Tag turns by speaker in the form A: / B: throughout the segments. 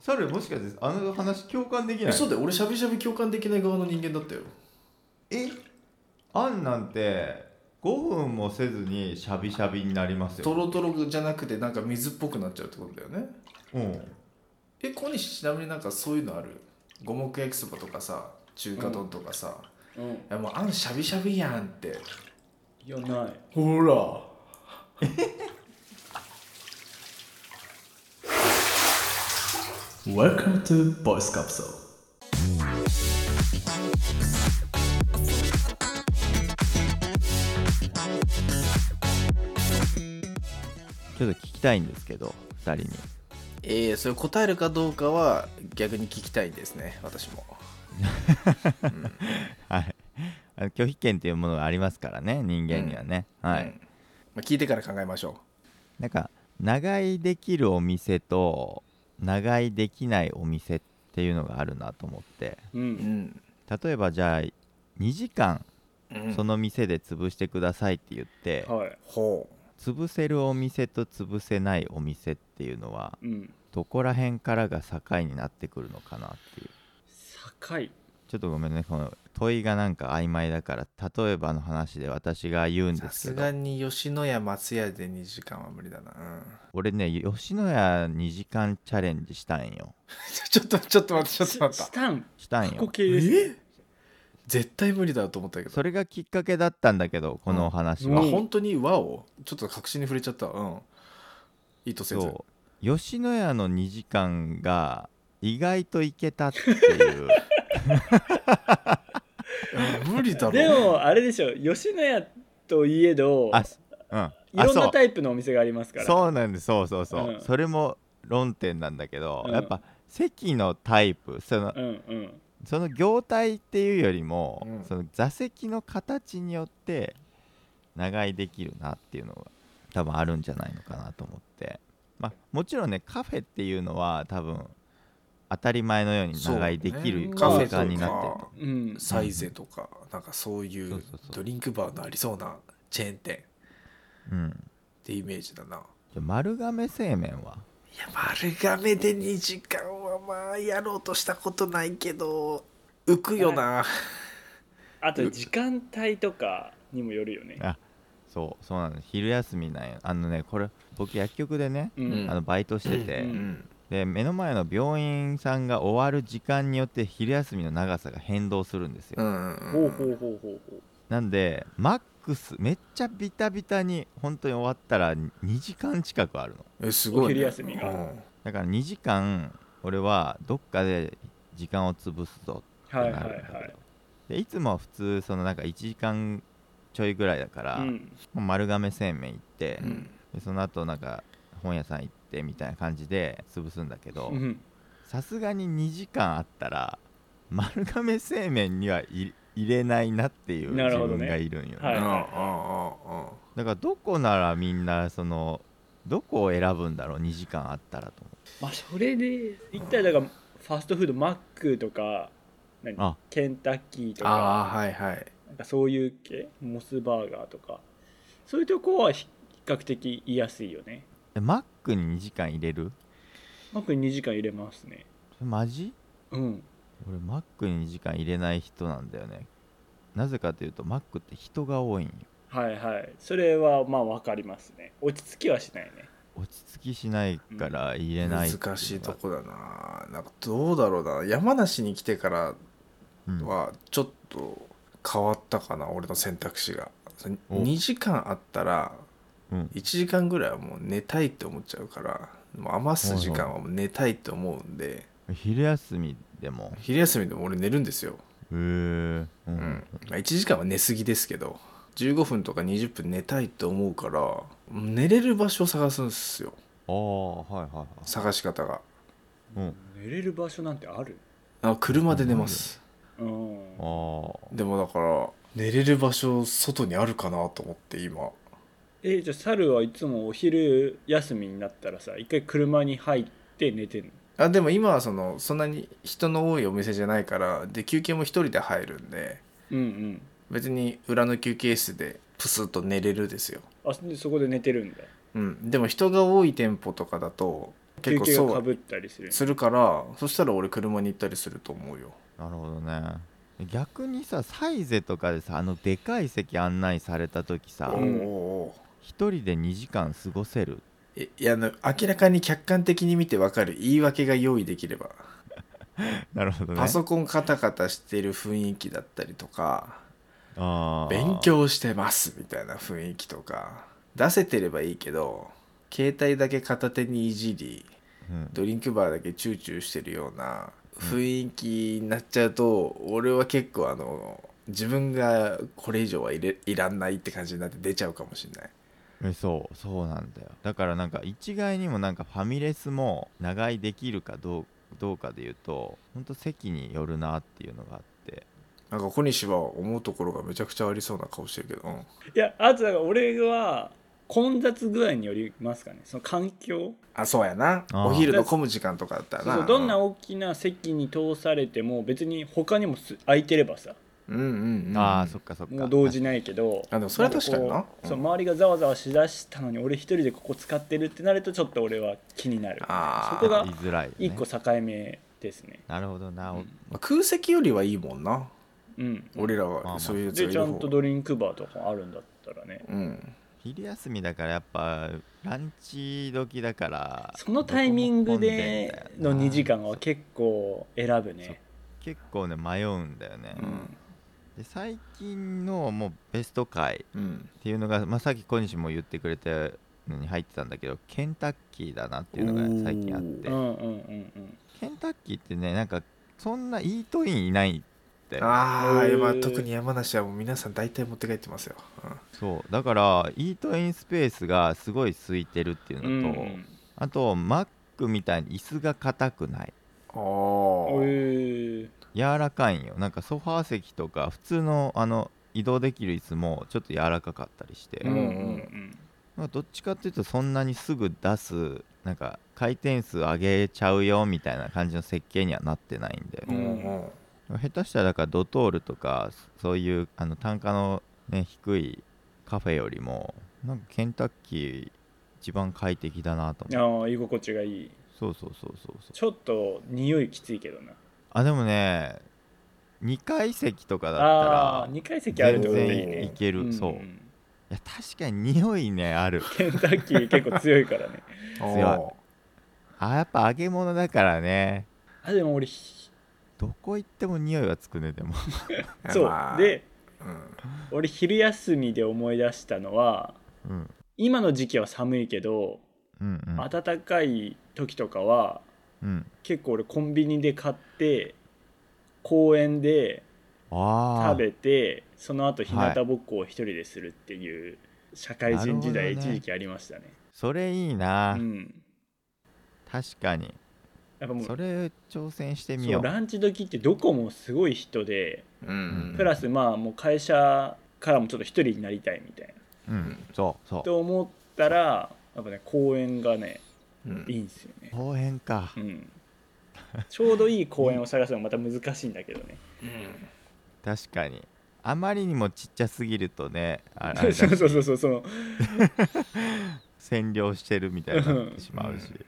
A: 猿もしかしてあの話共感できない
B: 嘘だよ俺しゃぶしゃぶ共感できない側の人間だったよ
A: えあんなんて5分もせずにしゃびしゃびになりますよ
B: トロトロじゃなくてなんか水っぽくなっちゃうってことだよね
A: うん
B: え小西ちなみになんかそういうのある五目焼きそばとかさ中華丼とかさ、
C: うん
B: いやもうあんしゃびしゃびやんって
C: いやない
B: ほら
A: ちょっと聞きたいんですけど2人に
B: ええそれ答えるかどうかは逆に聞きたいですね私も
A: はいあの拒否権というものがありますからね人間にはね、はい、
B: うんまあ、聞いてから考えましょ
A: なんか長居できるお店と長居できないお店っていうのがあるなと思って
C: う
B: ううんん、
A: 例えばじゃあ2時間
B: うん、
A: その店で潰してくださいって言って、
C: はい
B: ほ
A: 潰せるお店と潰せないお店っていうのは
C: うん
A: どこら辺からが境になってくるのかなっていう
C: 境
A: ちょっとごめんねこの問いがなんか曖昧だから例えばの話で私が言う
B: うんさ
A: です
B: す
A: けど
B: がに吉野家松屋で2時間は無理だな、うん、
A: 俺ね吉野家2時間チャレンジしたんよ
B: ちょっとちょっと待って
C: し
B: ちょっと待っ
C: したたん
A: したん
C: 過去
A: よ
C: 形ですね
B: 絶対無理だと思ったけど
A: それがきっかけだったんだけどこのお話
C: う
A: は、
C: ん
B: あ本当に和をちょっと確信に触れちゃったうん意図せず
A: そう吉野家の2時間が意外といけたって いう
B: うん無理だろ
C: でもあれでしょ吉野家といえど
A: あすうんあ
C: いろん
A: そ
C: な
A: う
C: タイプのお店がありますから
A: そうなんですそうそうそう、
C: うん
A: それも論点なんだけど、
C: うん
A: やっぱ席のタイプその,、
C: うんうん
A: その業態っていうよりも、
B: うん
A: その座席の形によって長居できるなっていうのが多分あるんじゃないのかなと思って、まあ、もちろんねカフェっていうのは多分当たり前のように長居できる
C: カフェ
A: 空間になってると
B: て
C: うん
B: サイゼとかなんかそうい
A: そう
B: う
A: そうそう
B: ドリンクバーのありそうなチェーン店っ
A: うん、
B: てイメージだな
A: じゃあ丸亀製麺はい
B: や丸亀で2時間はまあやろうとしたことないけど浮くよな
C: あと時間帯とかにもよるよね
A: そうそうなんです昼休みなんやあのねこれ僕薬局でね、
C: うん
A: あのバイトしてて、
C: う
B: うんん
A: で目の前の病院さんが終わる時間によって昼休みの長さが変動するんですよ、
B: うん
C: ほう
B: う
C: ほ
B: ん
C: うほうほうほう
A: なんでマックスめっちゃビタビタに本当に終わったら2時間近くあるの
B: えすごいね
C: お昼休みが
B: うん
A: だから2時間俺はどっかで時間を潰すぞって
C: はいはい
A: なる
C: は
A: んだけど、
C: い
A: でいつもは普通そのなんか1時間ちょいぐらいだから、
C: うん
A: もう丸亀製麺行って、
B: うん
A: でその後なんか本屋さん行ってみたいな感じで潰すんだけど
C: うん
A: さすがに2時間あったら丸亀製麺にはい入れないなっていう
C: な
A: 自
C: るほど
A: 分
C: ね
A: がいるんよね
C: はい
B: うんうんうんうん
A: だからどこならみんなそのどこを選ぶんだろう2時間あったらと思
C: まあそれで言ったらだからファストフードマックとか何
A: あ
C: ケンタッキーとか
B: ああはいはい
C: なんかそういう系モスバーガーとかそういうとこは比較的言いやすいよね
A: うでマックに2時間入れる
C: マックに2時間入れますね
A: それマジ
C: うん
A: 俺マックに2時間入れない人なんだよねなぜかというとマックって人が多いんよ
C: はいはいそれはまあ分かりますね落ち着きはしないね
A: 落ち着きしないから入れないってうのが
B: 難しいとこだななんかどうだろうな山梨に来てから
A: うん
B: はちょっと変わったかな、俺の選択肢がその
A: お
B: 2時間あったら
A: うん
B: 1時間ぐらいはもう寝たいって思っちゃうからもう余す時間はもう寝たいと思うんで
A: 昼休みでも
B: 昼休みでも俺寝るんですよ、
A: へえうん、
B: うんまあ、1時間は寝過ぎですけど15分とか20分寝たいと思うから寝れる場所を探すんですよ
A: ああはいはいはい
B: 探し方が
A: うん
C: 寝れる場所なんてある
B: あ車で寝ます
C: うん
A: あー
B: でもだから寝れる場所外にあるかなと思って今
C: えじゃあ猿はいつもお昼休みになったらさ一回車に入って寝てんの
B: あでも今はそのそんなに人の多いお店じゃないからで休憩も一人で入るんで
C: うんうん
B: 別に裏の休憩室でプスッと寝れるですよ、
C: あそそこで寝てるんだ
B: うん、でも人が多い店舗とかだと結
C: 休
B: 構
C: 憩
B: そ
C: がか
B: う
C: ぶったりする
B: するからそしたら俺車に行ったりすると思うよ
A: なるほどね逆にさサイゼとかでさあのでかい席案内された時さ
B: おうお
C: ん
B: うおう
A: 一人で2時間過ごせる
B: いいやあの明らかに客観的に見てわかる言い訳が用意できれば、
A: なるほどね
B: パソコンカタカタしてる雰囲気だったりとか
A: あー
B: 勉強してますみたいな雰囲気とか出せてればいいけど携帯だけ片手にいじり
A: うん
B: ドリンクバーだけチューチューしてるような雰囲気になっちゃうと、俺は結構あの自分がこれ以上はいれいらんないって感じになって出ちゃうかもしれない
A: えそうそうなんだよだからなんか一概にもなんかファミレスも長居できるかどうどうかで言うとほんと席によるなっていうのがあって
B: なんか小西は思うところがめちゃくちゃありそうな顔してるけど、うん
C: いやあとだから俺は混雑具合によりますかねその環境
B: あそうやな
A: あー
B: お昼の混む時間とかだったら
C: そう
B: な
C: そうどんな大きな席に通されても別に他にもす空いてればさ
B: うんうん、うん、
A: ああそっかそっか
C: もう動じないけど
B: あでもそれは確かになん
C: こうそう
B: うん
C: 周りがざわざわしだしたのに俺一人でここ使ってるってなるとちょっと俺は気になる
B: あー
C: そこが
A: 言いづらい、ね、
C: 一個境目ですね
A: なるほどな、お
C: うん
B: まあ空席よりはいいもんな
C: うん
B: 俺ら
A: まあま
B: は
A: あ
B: そういうやつ
C: で
B: がい
C: ち
B: る
C: ゃ
B: 方
C: んとドリンクバーとかあるんだったらね
B: うん
A: 昼休みだからやっぱランチ時だから
C: そのタイミング
A: どこも
C: で
A: 混んんだよ
C: の
A: な
C: 2時間は結構選ぶね
A: 結構ね迷うんだよね、
B: うん
A: で最近のもうベスト回
B: うん
A: っていうのが、まあ、さっき小西も言ってくれたのに入ってたんだけどケンタッキーだなっていうのが最近あっ
B: お
A: て
C: うんうんうんうん
A: ケンタッキーってねなんかそんなイートインいないんだよ
B: ああ
C: へー
B: 今特に山梨はもう皆さん大体持って帰ってますよ、うん
A: そうだからイートインスペースがすごい空いてるっていう
C: う
A: のと、
C: ん
A: あとマックみたいに椅子が硬くない
B: お
C: う
B: ー
C: んへー
A: 柔らかいんよなんかソファー席とか普通のあの移動できる椅子もちょっと柔らかかったりして、
C: うんうんうん
A: まあ、どっちかっていうとそんなにすぐ出すなんか回転数上げちゃうよみたいな感じの設計にはなってないんだよ
B: う
A: ね、
B: ん
C: う
B: うん
A: 下手したらだからドトールとかそういうあの単価の、ね、低いカフェよりもなんかケンタッキー一番快適だなと思う
C: ああ居心地がいい
A: そうそうそうそうそう
C: ちょっと匂いきついけどな
A: あでもね2階席とかだった
C: ああ
A: ら
C: ー2階席あるってこといい
A: 全然い
C: ね
A: ける
C: ん
A: そうんいや確かに匂いねある
C: ケンタッキー結構強いからね
A: 強い
B: おー
A: あやっぱ揚げ物だからね
C: あでも俺ひ
A: どこ行っても匂いはつくねでも
C: そう、
B: まあ
C: で
B: うん
C: 俺昼休みで思い出したのは
A: うん
C: 今の時期は寒いけど、
A: うんうん
C: 暖かい時とかは
A: うん
C: 結構俺コンビニで買って公園で
A: ああ
C: 食べてその後日向ぼっこを一人でするっていう社会人時代
A: なるほど
C: 一
A: ね
C: 時期ありましたね
A: それいいな、
C: うん
A: 確かに
C: やっぱもう
A: それ挑戦してみ
C: そ
A: よ
C: う
A: う
C: ランチ時ってどこもすごい人で
B: うん
C: プラスまあもう会社からもちょっと一人になりたいみたいな
A: うんそうそう
C: と思ったらやっぱね公園がね
B: うん
C: いいんですよね
A: 公園か
C: うんちょうどいい公園を探すのまた難しいんだけどね
B: うん
A: 確かにあまりにもちっちゃすぎるとね ああ
C: そ
A: れだ
C: う
A: し
C: そうそうそうその
A: 占領してるみたいになってしまうし、
B: うん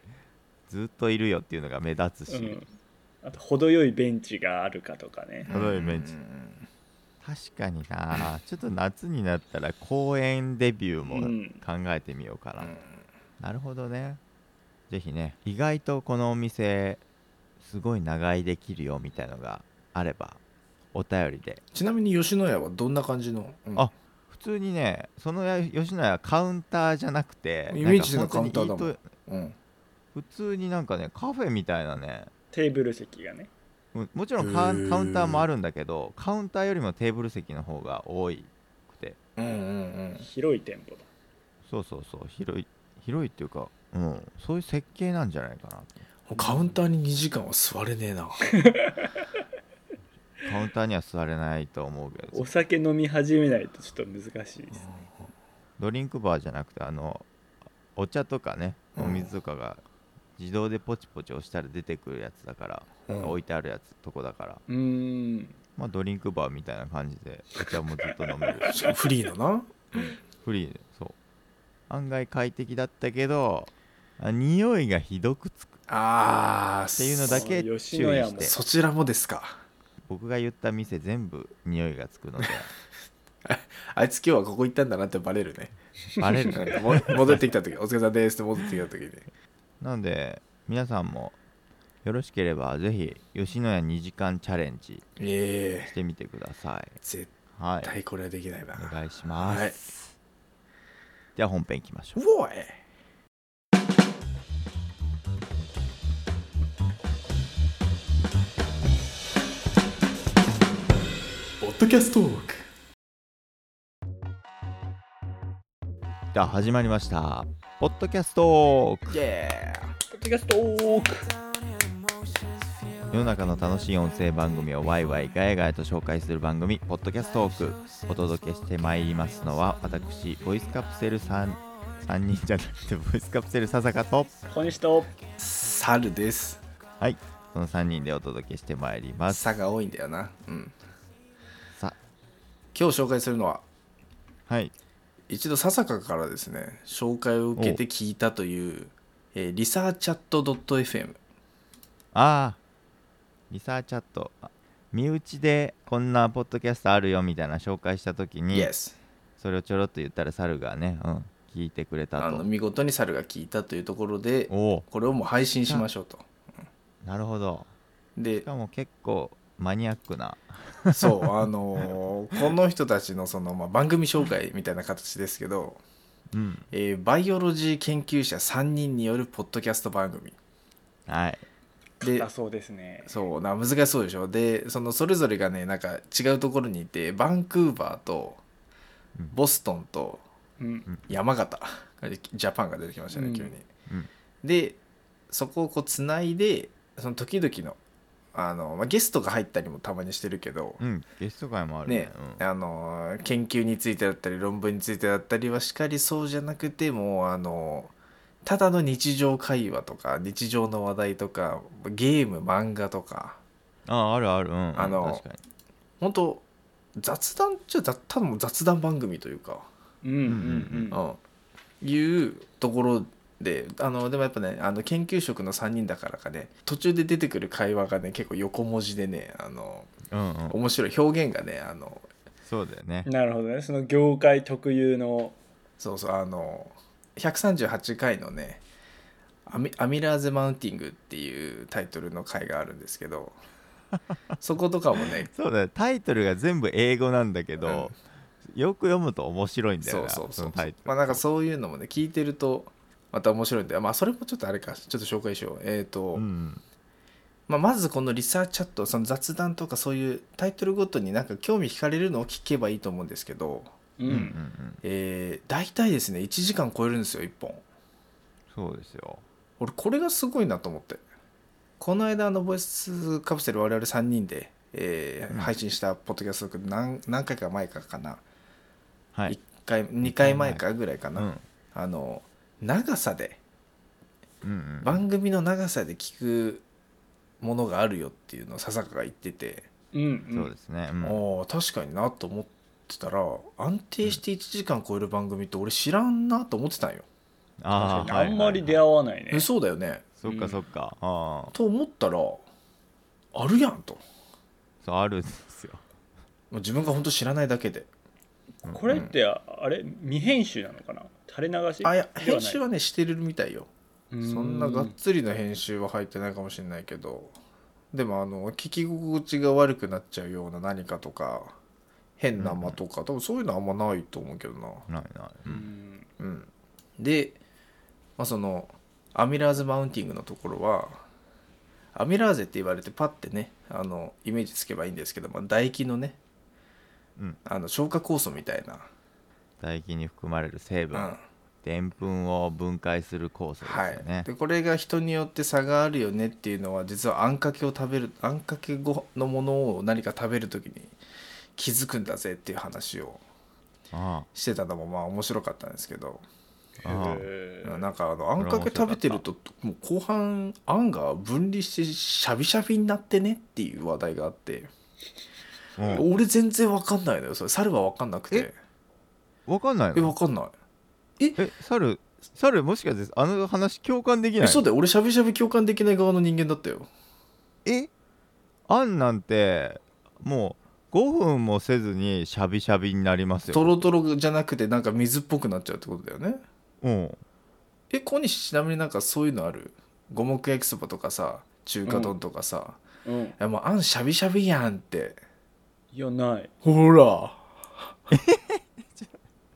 A: ずっといるよっていうのが目立つ
C: う
A: し、
C: んあと程よいベンチがあるかとかね
A: 程よいメンチ
B: うん
A: 確かになちょっと夏になったら公園デビュー
C: う
A: も
C: ん
A: 考えてみようかな、
B: うん
A: なるほどねぜひね意外とこのお店すごい長居できるよみたいのがあればお便りで
B: ちなみに吉野家はどんな感じの、うん
A: あ普通にねそのや吉野家はカウンターじゃなくて
B: イメージのカウンターだもん
A: なんか本当にイート
B: うん
A: 普通になんかねカフェみたいなね
C: テーブル席がね
A: うんもちろんカウ
B: へ
A: ン
B: ー
A: カウンターもあるんだけどカウンターよりもテーブル席の方が多いくて
B: うんうん
C: 広い店舗だ
A: そうそうそう広い広いっていうか、うん、そういう設計なんじゃないかな
B: うんカウンターに2時間は座れねえな
A: カウンターには座れないと思うけど
C: お酒飲み始めないとちょっと難しいですね
A: ドリンクバーじゃなくてあのお茶とかね
B: うん
A: お水とかが自動でポチポチ押したら出てくるやつだから、
B: うん
A: 置いてあるやつとこだから
C: うーん
A: まあドリンクバーみたいな感じでお茶もずっと飲め る
B: しかもフリーのな
A: フリーでそう案外快適だったけどあ匂いがひどくつく
B: ああ
A: っていうのだけ注意
C: 吉野家も
A: して
B: そちらもですか
A: 僕が言った店全部匂いがつくので
B: あいつ今日はここ行ったんだなってバレるね
A: バレる
B: うんも戻ってきた時「お疲れ様です」って戻ってきた時に
A: なので皆さんもよろしければぜひ吉野家2時間チャレンジ
B: ええ
A: してみてください
B: 絶
A: はい
B: 対これはできないな
A: お願いします、じゃあ本編いきましょう
B: うおいポッドキャストトーク
A: じゃあ始まりましたポッドキャスト
B: イエ
C: ポッドキャストーク
A: 世の中の楽しい音声番組をワイワイガヤガヤと紹介する番組「ポッドキャストトーク」お届けしてまいりますのは私ボイスカプセルさん3人じゃなくてボイスカプセルささかと
C: 小西と
B: ー猿です
A: はいこの3人でお届けしてまいります
B: 差が多いんだよなうん
A: さ
B: 今日紹介するのは
A: はい
B: 一度笹香からですね紹介を受けて聞いたという、えーリサーチャット .fm
A: ああリサーチャットあ身内でこんなポッドキャストあるよみたいな紹介した時に、
B: Yes
A: それをちょろっと言ったら猿がね、うん、聞いてくれた
B: あの
A: と
B: 見事に猿が聞いたというところで
A: おお
B: これをもう配信しましょうと
A: なるほど
B: で
A: しかも結構マニアックな
B: そうあのーこの人たちのその、まあ、番組紹介みたいな形ですけど、
A: うん
B: えーバイオロジー研究者3人によるポッドキャスト番組
A: はい
B: で
C: だそうですね
B: そうな難しそうでしょでそのそれぞれがねなんか違うところにいてバンクーバーと
A: うん
B: ボストンと
C: うん
B: 山形ジャパンが出てきましたね、
C: うん
B: 急に、
A: うん
B: でそこをこうつないでその時々のあの、まあ、ゲストが入ったりもたまにしてるけど、
A: うんゲスト会もあるね
B: ねあの研究についてだったり論文についてだったりはしっかりそうじゃなくてもあのただの日常会話とか日常の話題とかゲーム漫画とか
A: うん、ああるあるうん
B: あの
A: 確かに
B: 本当雑談じゃ雑多分雑談番組というか、
C: うんうんうん
B: うん、いうところであのでもやっぱねあの研究職の3人だからかね途中で出てくる会話がね結構横文字でねあの
A: うんうん
B: 面白い表現がねあの
A: そうだよね
C: なるほどねその業界特有の
B: そうそうあの138回のねアミ「アミラーゼ・マウンティング」っていうタイトルの回があるんです けどそことかもね
A: そうだよタイトルが全部英語なんだけど、よく読むと面白いんだよ
B: そう
A: な
B: そうそ
A: の
B: う
A: タイトル
B: まあなんかそういうのもね聞いてるとまた面白いんでまあそれもちょっとあれかちょっと紹介しようえっ、と、
A: うん
B: まあ、まずこのリサーチャットその雑談とかそういうタイトルごとになんか興味惹かれるのを聞けばいいと思うんですけど、
C: う、
A: うんんうんうん
B: えー、大体ですね1時間超えるんですよ1本。
A: そうですよ
B: 俺これがすごいなと思ってこの間あのボイスカプセル我々3人で、えー
A: うん
B: 配信したポッドキャスト何何回か前かかな、
A: はい
B: 一回2回前かぐらいかな、
A: うん
B: あの長さで
A: うんうん
B: 番組の長さで聞くものがあるよっていうのを笹香が言ってて、
C: うんう
A: そうで
C: ん
A: すね、うん、
B: ああ確かになと思ってたら安定して1時間超える番組って俺知らんなと思ってたんよ、
A: あ
C: 確
A: ー
C: かにあんまり出会
A: はいはいはい
C: わないね、
B: えそうだよね
A: そっかそっか、ああ
B: と思ったらあるやんと
A: そうあるんですよ
B: もう自分が本当知らないだけで
C: これってああれ未編集なのかな垂れ流し
B: あいや
C: で
B: 編
C: はない
B: 集はねしてるみたいよ
C: そ
B: そんながっつりの編集は入ってないかもしれないけどでもあの聞き心地が悪くなっちゃうような何かとか変な間とか、多分そういうのあんまないと思うけど
A: な
B: な
A: いない、うん
B: うんで、まあ、そのアミラーゼマウンティングのところはアミラーゼって言われてパッてねあのイメージつけばいいんですけど、まあ、唾液のね、
A: うん
B: あの消化酵素みたいな、
A: 唾液に含まれる成
B: うん
A: 分でんぷんを分解する酵素です
B: は
A: よ
B: い、
A: ね、
B: でこれが人によって差があるよねっていうのは実はあんかけを食べるあんかけごのものを何か食べる時に気づくんだぜっていう話を
A: あ
B: してたのもまあ面白かったんですけど、
A: あ
B: なんかあのあんかけ食べてるともう後半あんが分離してシャビシャビになってねっていう話題があって、
A: あうん
B: 俺全然わかんないのよそれ猿はわかんなくて
A: わかんない
B: え
A: の
B: わかんない
A: え猿猿もしかしてあの話共感できない
B: 嘘だよ俺しゃぶしゃぶ共感できない側の人間だったよ
A: えあんなんてもう5分もせずにしゃびしゃびになります
B: ト
A: よ、
B: ロトロじゃなくてなんか水っぽくなっちゃうってことだよね
A: うん、
B: え小西ちなみになんかそういうのある五目焼きそばとかさ中華丼とかさ、
C: うん
B: えもうあんしゃびしゃびやんって
C: いやない
B: ほら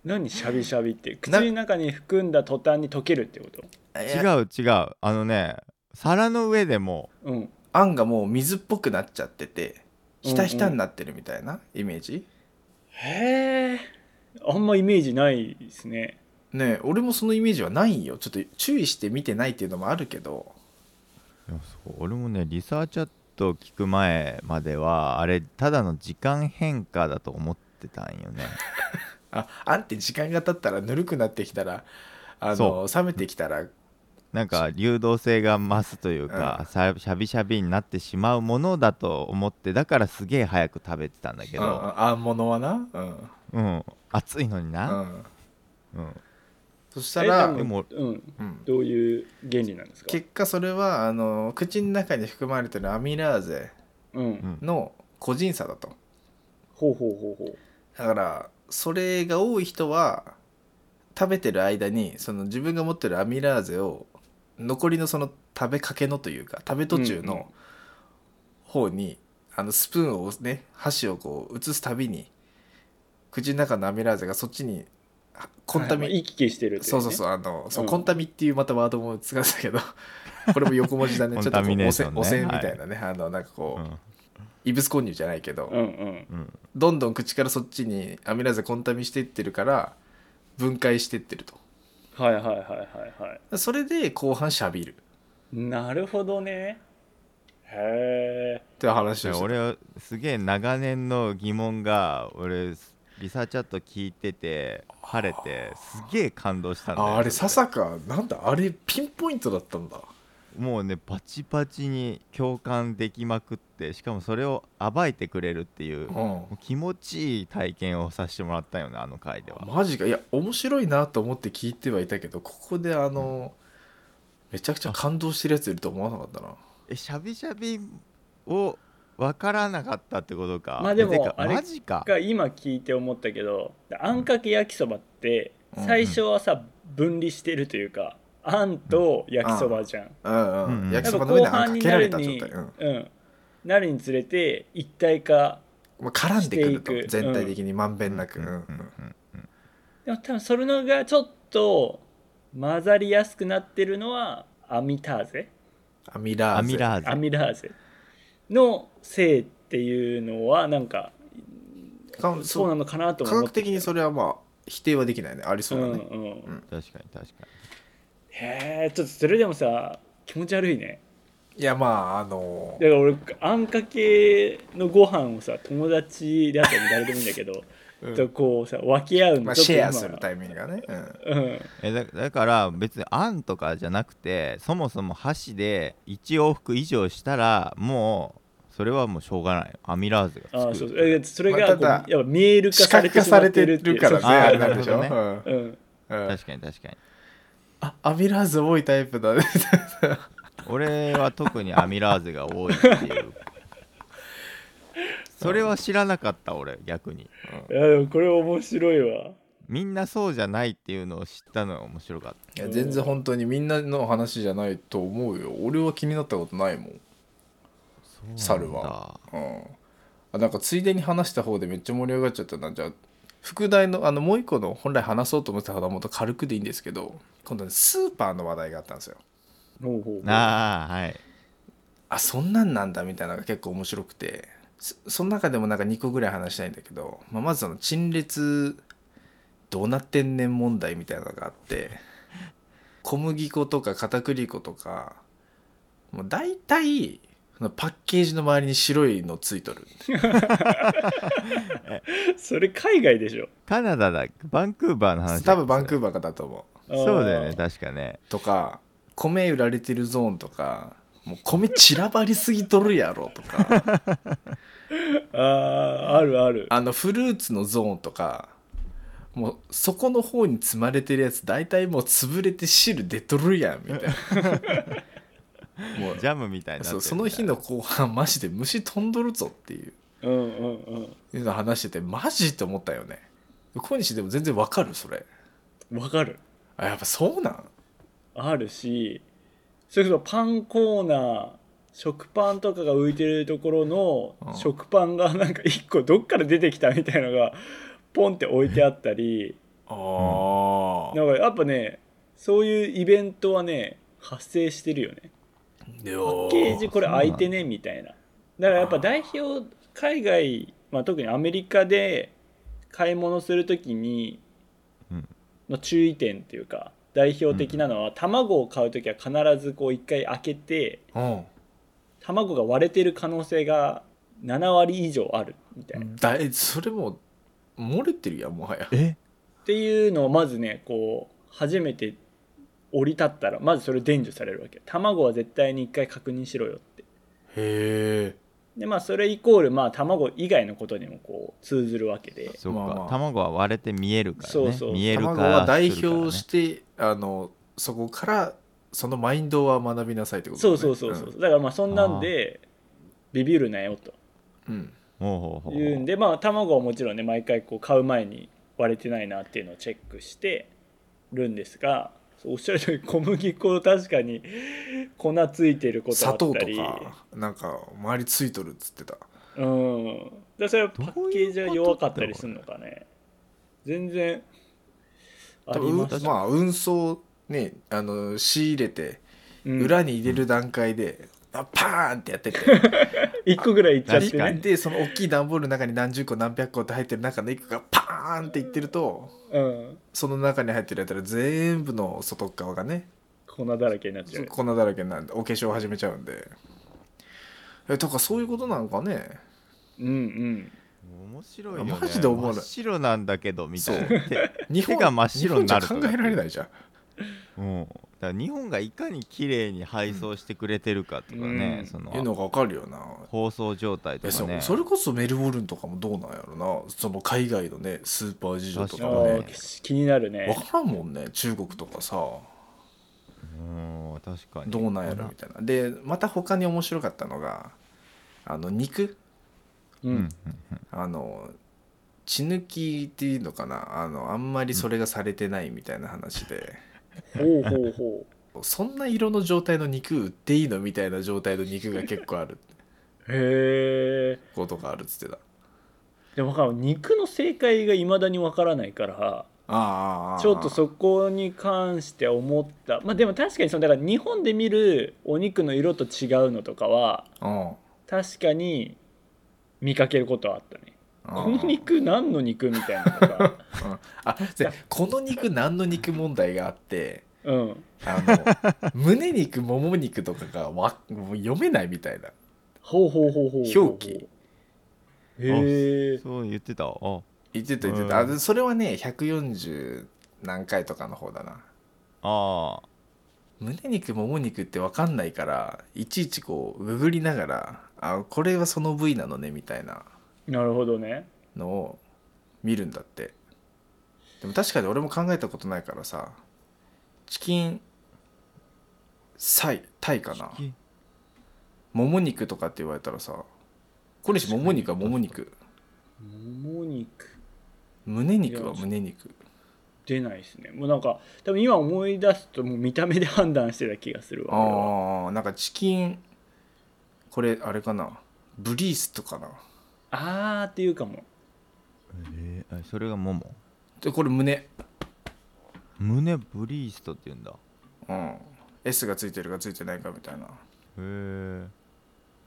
C: 何しゃびしゃびって口
B: な
C: の中に含んだ途端に溶けるってこと
A: 違う違うあのね皿の上でも
C: うん
B: あんがもう水っぽくなっちゃっててひたひたになってるみたいなイメージ、
C: へえあんまイメージないですね
B: ねえ俺もそのイメージはないよちょっと注意して見てないっていうのもあるけど
A: いやそう俺もねリサーチャット聞く前まではあれただの時間変化だと思ってたんよね
B: ああんって時間が経ったらぬるくなってきたらあの
A: そ
B: 冷めてきたら
A: なんか流動性が増すというか、さしゃびしゃびになってしまうものだと思ってだからすげえ早く食べてたんだけ
B: うんう
A: ど、
B: んあんものはなうん、
A: うん、暑いのにな、
B: う
A: う
B: ん、
A: ん
B: そした
C: え
B: ら、
A: でも
C: うん
B: うん
C: どういう原理なんですか
B: 結果それはあの口の中に含まれてるアミラーゼ
C: う
A: うんん
B: の個人差だと
C: ほうほうほうほう
B: だからそれが多い人は食べてる間にその自分が持ってるアミラーゼを残りのその食べかけのというか食べ途中
C: うんうん
B: の方に、あのスプーンをね箸をこう移すたびに口の中のアミラーゼがそっちにあコンタミ、
C: はいまあ行き来してるっていね
B: そうそうそうあのそう、
C: うん
B: コンタミっていうまたワードも使ってたけどこれも横文字だねちょっ
A: コ
B: と
A: ンタ
B: こ
A: ミ
B: う
A: ネ
B: 汚
A: ーシ
B: 染
A: ョンね
B: 汚染みたいなね、あのなんかこ
A: う
B: う、
A: ん
B: 異物混入じゃないけど、
C: うんうん
A: うん
B: どんどん口からそっちにアミラーゼコンタミしていってるから分解していってると
C: はいはいはいはいはい
B: それで後半しゃびる
C: なるほどねへえ
B: って話をしてた
A: 俺はすげえ長年の疑問が俺リサーチャット聞いてて晴れてすげえ感動したんだよ
B: ああれ
A: そ
B: さ
A: れ
B: さかなんだあれピンポイントだったんだ
A: もうねバチバチに共感できまくってしかもそれを暴いてくれるっていう,、
B: う
A: も
B: ん
A: う気持ちいい体験をさせてもらったよねあの回では、
B: マジかいや面白いなと思って聞いてはいたけどここであの、めちゃくちゃ感動してるやついると思わなかったな
A: えしゃびしゃびを分からなかったってことか
C: まあでも
A: えてか
C: あれ
A: マジか
C: が今聞いて思ったけどあんかけ焼きそばって
B: うん
C: 最初はさ分離してるというかあんと焼きそばじゃん
B: うんうん、
A: うん
B: 焼
C: や
B: き
C: っ
B: そば
C: ぱ
B: の上
C: 後
B: にあん
C: 半
B: か
C: に
B: け
C: な
B: られ
C: る
B: た状
C: に
B: 態、うん
C: うんなるにつれて一体化
B: まあ、絡んでくる
C: して
B: と
C: いく
B: 全体的にまんべんなく、
A: うんうん
B: うん
A: うんうん
C: でも多分それのがちょっと混ざりやすくなってるのはアミターゼ
B: アミラ
A: ア
B: ーゼ
A: ミラーゼ
C: アミラーゼのせいっていうのはなんか
B: かん
C: そう
B: そう
C: なのかなとも
B: 科
C: 思
B: 学
C: って
B: 的にそれはまあ否定はできないねありそうだね、
C: うんうん
B: うん
A: 確かに確か
C: へえちょっとそれでもさ気持ち悪いね
B: いやまああの
C: だから俺あんかけのご飯をさ友達であったり誰でもいいんだけど、
B: うん
C: とこうさ分け合うの
B: まあ、
C: ちょっ
B: シ
C: と今
B: ェアするタイミングがね、うん
C: うん
A: にえだだから別にあんとかじゃなくてそもそも箸で1往復以上したらもうそれはもうしょうがないアミラーゼがつく
C: ああそうそうえそれ
B: まあ
C: がこう
B: ただ
C: やっぱ見える化
B: 視
C: され
B: 覚
C: て
B: 化
C: しま
B: さ
C: っ
B: れ
C: て
B: て
C: る
B: る
C: っていう
B: からね
A: そう
B: あれなんでしょ、
A: なるほ
C: そううん
B: うんうん
A: 確かに確かに
B: あアミラーゼ多いタイプだね
A: 俺は特にアミラーゼが多いって いうそれは知らなかった俺逆に
C: いやでもこれ面白いわ
A: みんなそうじゃないっていうのを知ったのが面白かっ
B: いや全然本当にみんなの話じゃないと思うよ俺は気になったことないもん、
A: た
B: 猿はうん、あなんかついでに話した方でめっちゃ盛り上がっちゃったなじゃあ副題のあのもう一個の本来話そうと思ってた方はもっと軽くでいいんですけど今度ねスーパーの話題があったんですよ
C: ほうほうほう
A: ああはい
B: あそんなんなんだみたいなのが結構面白くてそその中でもなんか2個ぐらい話したいんだけど、まあ、まずその陳列どうなってんねん問題みたいなのがあって小麦粉とか片栗粉とかもう大体そのパッケージの周りに白いのついとる
C: それ海外でしょ
A: カナダだバンクーバーの話
B: 多分バンク
A: ー
B: ーバーかだと思う
C: あー
A: そうだよね確かね
B: とか米売られてるゾーンとかもう米散らばりすぎとるやろとか
C: あーあるある
B: あのフルーツのゾーンとかもうそこの方に積まれてるやつ大体もう潰れて汁出とるやんみたいなもう
A: ジャムみたいになって
B: そ
A: る
B: うその日の後半マジで虫飛んどるぞっていう
C: うんうんうん
B: いうの話しててマジって思ったよね小西でも全然わかるそれ
C: わかる
B: あやっぱそうなん
C: あるしそれこそパンコーナー食パンとかが浮いてるところ
B: うん
C: の食パンがなんか一個どっから出てきたみたいのがポンって置いてあったり
B: ああ、
C: なんかやっぱねそういうイベントはね発生してるよね
B: いや
C: パッケージこれ開いてねみたいなだからやっぱ代表海外、まあ、特にアメリカで買い物するときに
A: うん
C: の注意点っていうか代表的なのは卵を買うときは必ずこう一回開けて
B: うん
C: 卵が割れてる可能性が7割以上あるみたいなっ
B: だいそれもう漏れてるやんもはや
A: え
C: ていうのをまずねこう初めて降り立ったらまずそれ伝授されるわけ卵は絶対に一回確認しろよって
B: へ
C: でまあそれイコールまあ卵以外のことにもこう通ずるわけで
A: そうか、
B: まあまあ
A: 卵は割れて見えるからね
C: そうそう
A: 見え
B: え
A: るから
B: 卵は代
A: するからね
B: 表して、あのそこからそのマインドは学びなさいってことだ
C: そ
B: ね
C: うそうそうそう、だからまあそんなんでビビるなよと
B: うん、うん
A: ほうほうほう
C: いうんでまあ卵はもちろんね毎回こう買う前に割れてないなっていうのをチェックしてるんですがそうおっしゃる通り小麦粉確かに粉ついてることあ
B: 砂
C: っ
B: 糖
C: た
B: と
C: り
B: かなんか周りついとるっつってた
C: うんでそれはパッケージが
A: どういうこと
C: 弱かったりするのかね全然あ
B: 多
C: り
B: 分
C: ます
B: まあ運送ねあの仕入れて
C: うん
B: 裏に入れる段階で、あパーンってやってて
C: 一個ぐらいいっちゃって
A: 確か
C: ね
A: に
B: でその大きい段ボールの中に何十個何百個って入ってる中の一個がパーンっていってると
C: うん
B: その中に入ってるやつら全部の外側がね
C: 粉だらけになっちゃう
B: 粉だらけになんでお化粧始めちゃうんでえとかそういうことなのかね
C: うんうん
A: 面白いよ、ね、
B: マジで思わない
A: 真っ白なんだけどみたいな
B: そ
A: 手
B: 日本
A: 手が真っ白になる
B: 日本じゃ考えられないじゃん
A: うん、だから日本がいかに綺麗に配送してくれてるかとかね、
C: うん
A: そ
B: いう
A: の
B: のがわかるよな
A: 放送状態と
B: え
A: か
B: そ
A: ね
B: それこそメルボルンとかもどうなんやろなその海外のねスーパー事情と
C: あ
B: かも
C: ー
B: ね
C: き気になるね
B: わからんもんね中国とかさ
A: うん確かに
B: どうなんやろみたいなでまた他に面白かったのがあの肉
C: う
A: うん
C: ん、
B: あの血抜きっていうのかなあのあんまりそれがされてないみたいな話で、
C: ほうほう ほ
B: そんな色の状態の肉売っていいのみたいな状態の肉が結構ある
C: うへえ
B: ことがあるっつってた
C: でも分からん肉の正解がいまだに分からないから
B: ああ
C: ちょっとそこに関して思ったまあでも確かにそのだから日本で見るお肉の色と違うのとかは
B: うん
C: 確かに見かけることはあったねこの
B: うん
C: 肉何の肉みたいなのとか
B: うんあでこの肉何の肉問題があって
C: うん
B: あの胸肉もも肉とかがわもう読めないみたいな
C: ほうほうほうほうほう
B: 表記
C: へえ
A: そう言ってたあ
B: 言ってた言って
A: う
B: た、
A: ん
B: あそれはね140何回とかの方だな
A: あ
B: 胸肉もも肉って分かんないからいちいちこうググりながらあこれはその部位なのねみたいな
C: なるほどね
B: のを見るんだってでも確かに俺も考えたことないからさチキンサイタイかな
A: チキン
B: もも肉とかって言われたらさ小西もも肉はもも肉
C: もも肉
B: 胸肉は胸肉
C: 出ないですねもうなんか多分今思い出すともう見た目で判断してた気がするわ俺は
B: ああなんかチキンこれあれかなブリーストかな
C: あーっていうかも
A: えーあそれがもも
B: でこれ胸
A: 胸ブリーストって言うんだへ
B: うん S がついてるかついてないかみたいな
A: え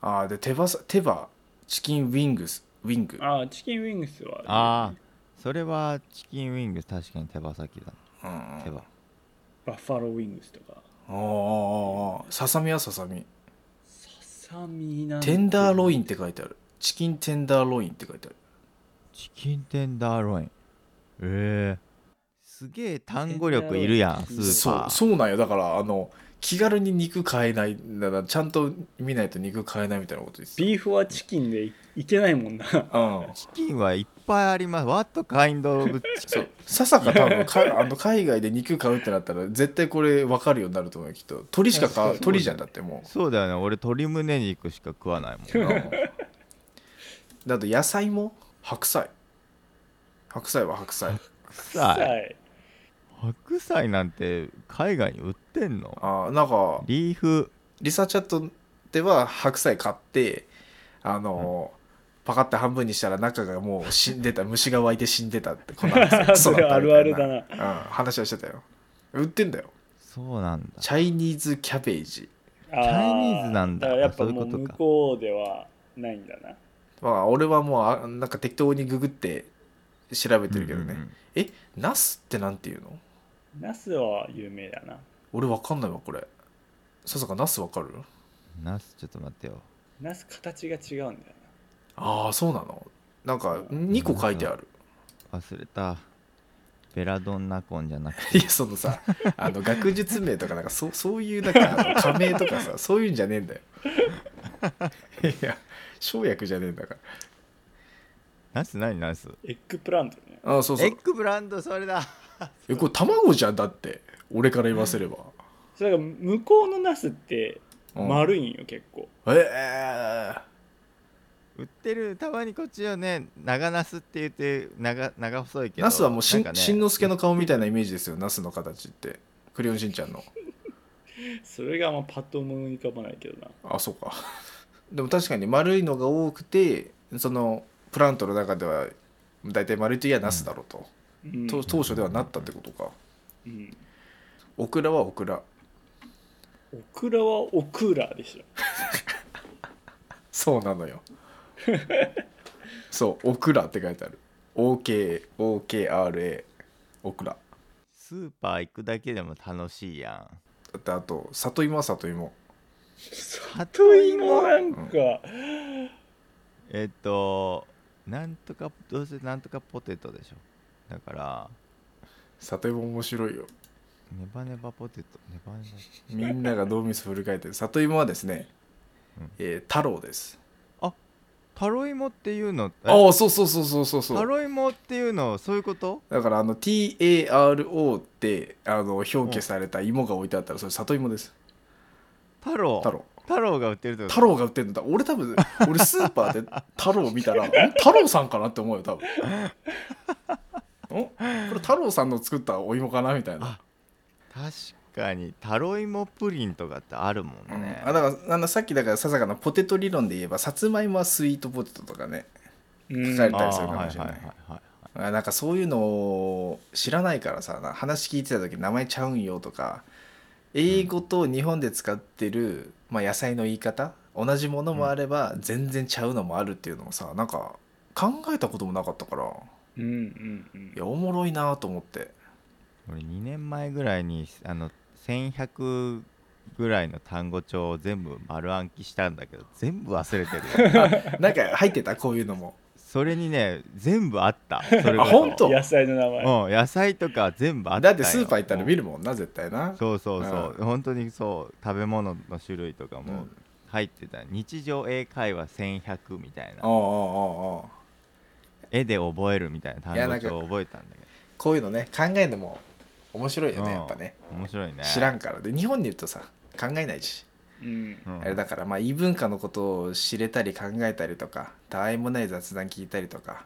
B: ああで手羽さ手羽チキンウィングスウィング
C: あーチキンウィングスは
A: ああそれはチキンウィングス確かに手羽先だ
B: うんうん
A: 手羽
C: バッファローウィングスとか
B: ああささみはささみ
C: ささみなんて
B: テンダーロインって書いてあるチキンテンダーロインって書いてある
A: チキンテンダーロインええすげえ単語力いるやん
C: テン
A: ス
C: ダーロイ
A: ーパ
B: そ
C: ン
B: う
A: ー
B: そうなんよだからあの気軽に肉買えないだからちゃんと見ないと肉買えないみたいなことです
C: ビーフはチキンでいいけないもんな
B: うん
A: チキンはいっぱいあります。What kind of
B: そうささか多分かあの海外で肉買うってなったら絶対これ分かるようになると思うよきっと鶏しか
A: 確
B: 買
A: か
B: う
A: に
B: 鳥じゃんだっても
A: そうだよね。俺鶏胸肉しか食わないも
B: う、
A: ん
B: う
A: な。
B: んだと野菜も白菜白菜は白菜
A: 白
C: は
A: 菜。
C: い
A: 白菜なんて海外に売ってんの？
B: あーなんか
A: リーフ
B: リサーチャットでは白菜買ってあのー、パカッて半分にしたら中がもう死んでた虫が湧いて死んでたってこのクソ
C: それ
B: だった
C: あ
B: み
C: るあ
B: たい
C: るだ
B: な、
C: な
B: うん、話はしてたよ売ってんだよ
A: そうなんだ。
B: チャイニーズキャベージ
C: チャ
A: チャイニーズなんだ
C: やっぱ
A: あそういう
C: も
A: こ
C: う
A: と
C: 向
A: か
C: こうではないんだな
B: まあ俺はもうあなんか適当にググって調べてるけどね、
A: うんうんうん
B: えナスってなんていうの
C: ナスは有名だな
B: 俺わかんないわこれささかナスわかる
A: ナスちょっと待ってよ。
C: ナス形が違うんだよ
B: ああそうなのなんか2個書いてある、
A: 忘れた。ベラドンナコンじゃなくて。
B: いやそのさあの学術名とかなんかそそういうなんかあの仮名とかさそういうんじゃねえんだよいや生薬じゃねえんだか
A: ナス何ナス？
C: なエッグプラントね
B: らあそうそ
A: エ
B: う
A: ッグブランドそれだ。
B: えこれ卵じゃんだって俺から言わせれば、
C: それが向こうのナスって
B: うん
C: 丸いんよ結構
B: ええ
A: 売ってるたまにこっちよね長ナスって言って長長細いけど
B: ナスはもうしん,、
A: なんかね
B: しんのすけの顔みたいなイメージですよナスの形ってクレヨンしんちゃんの
C: それがあんまパッと思い浮かばないけどな
B: あそうかでも確かに丸いのが多くてそのプラントの中では大体丸いといやナスだろうと,
C: うん
B: と、当初ではなったってことか
C: うん
B: オクラはオクラ
C: オクラはオクラでしょ
B: そうなのよそうオクラって書いてある OKOKRA オクラ
A: スーパー行くだけでも楽しいやん
B: だってあと里芋は里芋
A: 里
C: 里芋なんか、
A: えっ、となんとかどうせなんとかポテトでしょだから
B: 里芋面白いよ
A: ネバネバポテトネバネバ
B: みんなが脳みそ振り返ってる里芋はですね
A: うん、
B: えー、太郎です
A: タロイモっていうのえ
B: ああそうそうそうそうそうそう
A: タロイモっていうのそういうこと
B: だからあの TARO ってあの表記された芋が置いてあったらそれ里芋です
A: 太郎
B: 太郎
A: 太郎が売ってるってこと
B: 太郎が売ってるんだ俺多分俺スーパーで太郎見 たらん太郎さんかなって思うよ多分おこれ太郎さんの作ったお芋かなみたいな、
A: 確かにタロイモプリンとかってあるもん
B: うん
A: ね、
B: あだからあのさっきだからささかのポテト理論で言えばさつまいもはスイートポテトとかね
C: うん
B: 書かれ
A: あ
B: たり
A: ー
B: する
A: は
B: か
A: い
B: も
A: はい
B: しれ
A: は
B: ないい
A: はい
B: あなんかそういうのを知らないからさな話聞いてた時名前ちゃうんよとか英語と日本で使ってる、まあ、野菜の言い方同じものもあれば全然ちゃうのもあるっていうのもさなんか考えたこともなかったから
C: うんうんうん
B: いやおもろいなと思って
A: 俺2年前ぐらいにあの1100ぐらいの単語帳を全部丸暗記したんだけど全部忘れて る
B: なんか入ってたこういうのも
A: それにね全部あったそれこそ
B: あ本当
C: 野菜の名前
A: うん野菜とか全部あった
B: だ
A: よ
B: ってスーパー行ったら見るもんな絶対な
A: そうそうそう、本当にそう食べ物の種類とか
B: う
A: も
B: ん
A: 入ってた、日常英会話1100みたい
B: おう
A: な
B: おうおうおう
A: 絵で覚えるみたいな単
B: いやな
A: 語
B: んか
A: 帳を覚えたんだけ
B: こういうのね考えるのも面白いよね
A: うん
B: やっぱね
A: ど面白いね
B: 知ら
A: ん、
B: んからで日本にいるとさ考えないし
C: うん
A: うん
B: あれだからまあ異文化のことを知れたり考えたりとかたわいもない雑談聞いたりとか、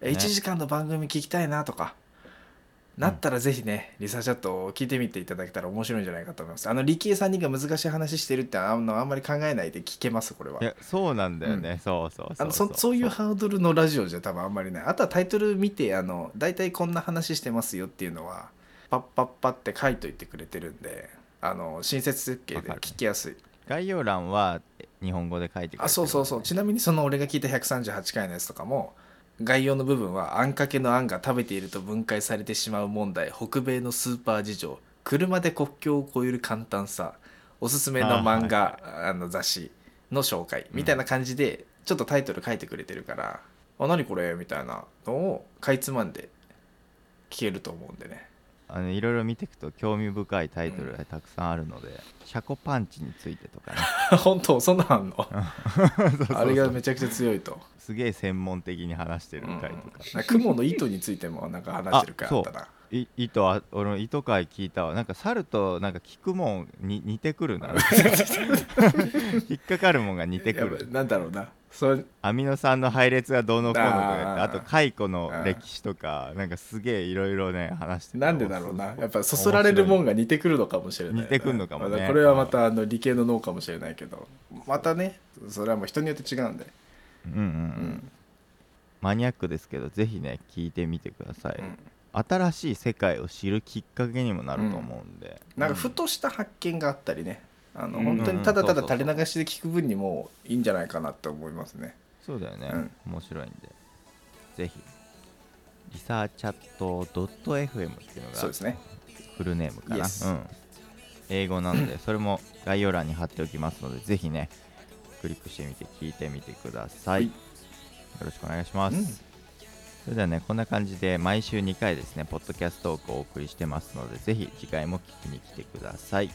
B: え
A: ね
B: 1時間の番組聞きたいなとかなったらぜひね、リサーチャットを聞いてみていただけたら面白いんじゃないかと思いますあの力恵さんにが難しい話してるってあのあんまり考えないで聞けますこれはい
A: やそうなんだよね、そうそう
B: あ
A: そう
B: のそそういうハードルのラジオじゃ多分あんまりないあとはタイトル見てあの大体こんな話してますよっていうのはパッパッパって書いといてくれてるんであの親切設計で聞きやすい
A: 概要欄はえ日本語で書いてくれてる
B: あそうそうそうちなみにその俺が聞いた138回のやつとかも概要の部分はあんかけのあんが食べていると分解されてしまう問題北米のスーパー事情車で国境を越える簡単さおすすめの漫画あ、の雑誌の紹介みたいな感じで、ちょっとタイトル書いてくれてるから「あ何これ?」みたいなのをかいつまんで聞けると思うんでね
A: あのいろいろ見ていくと興味深いタイトルがたくさんあるので、シャコパンチについてと かね
B: 本当そんなんあんの
A: そうそうそう
B: あれがめちゃくちゃ強 いと
A: すげえ専門的に話してる回とか、
B: うん雲の糸についてもなんか話してる回あったない
A: 糸は俺の糸回聞いたわなんか猿となんか聞くもんに似てくる な引っかかるもんが似てく
B: いや
A: る
B: なんだろうなそれ
A: アミノ酸の配列がどうのこうのとかやって
B: あー
A: あと蚕の歴史とかなんかすげえいろいろね話してた
B: なんでだろうなやっぱそそられるもんが似てくるのかもしれないな
A: 似てくるのかもね
B: まあこれはまたあの理系の脳かもしれないけどまたねそれはもう人によって違うんで
A: うんうん、
B: う
A: うん、
B: ん
A: マニアックですけどぜひね聞いてみてください、
B: うん
A: 新しい世界を知るきっかけにもなると思うんで、
B: なんかふとした発見があったりねあの
C: うん
B: 本当にただただ垂れ流しで聞く分にもいいんじゃないかなって思いますね
A: そうだよね、
B: うん
A: 面白いんでぜひリサーチャット .fm っていうの
B: そう
A: が
B: ですね
A: フルネームかな、
B: Yes
A: うん、英語なの でそれも概要欄に貼っておきますのでぜひねクリックしてみて聞いてみてください、
B: はい
A: よろしくお願いします、
B: うん
A: それではねこんな感じで毎週2回ですねポッドキャストトークをお送りしてますのでぜひ次回も聞きに来てください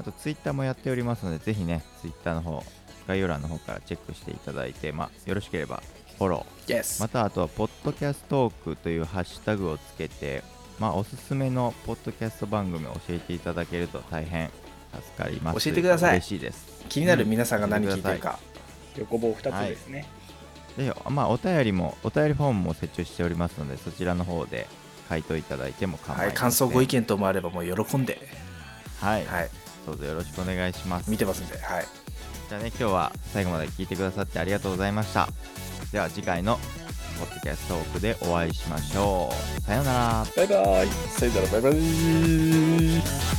A: あとツイッターもやっておりますのでぜひねツイッターの方概要欄の方からチェックしていただいて、まあ、よろしければフォロー
B: Yes
A: またあとは「ポッドキャストトーク」というハッシュタグをつけて、まあ、おすすめのポッドキャスト番組を教えていただけると大変助かります
B: 教えてください
A: 嬉しいです
B: 気になる皆さんが何聞いてるか、
C: 横棒2つですね、
A: で、まあ、お便りもお便りフォームも設置しておりますのでそちらの方で回答いただいても構いません、
B: はい、感想ご意見等もあればもう喜んで、
A: はい、
B: はい、
A: どうぞよろしくお願いします
B: 見てますんで、はい、
A: じゃあね今日は最後まで聞いてくださってありがとうございましたでは次回のポッドキャストトークでお会いしましょうさようなら
C: バイバイ
B: さよならバイバイ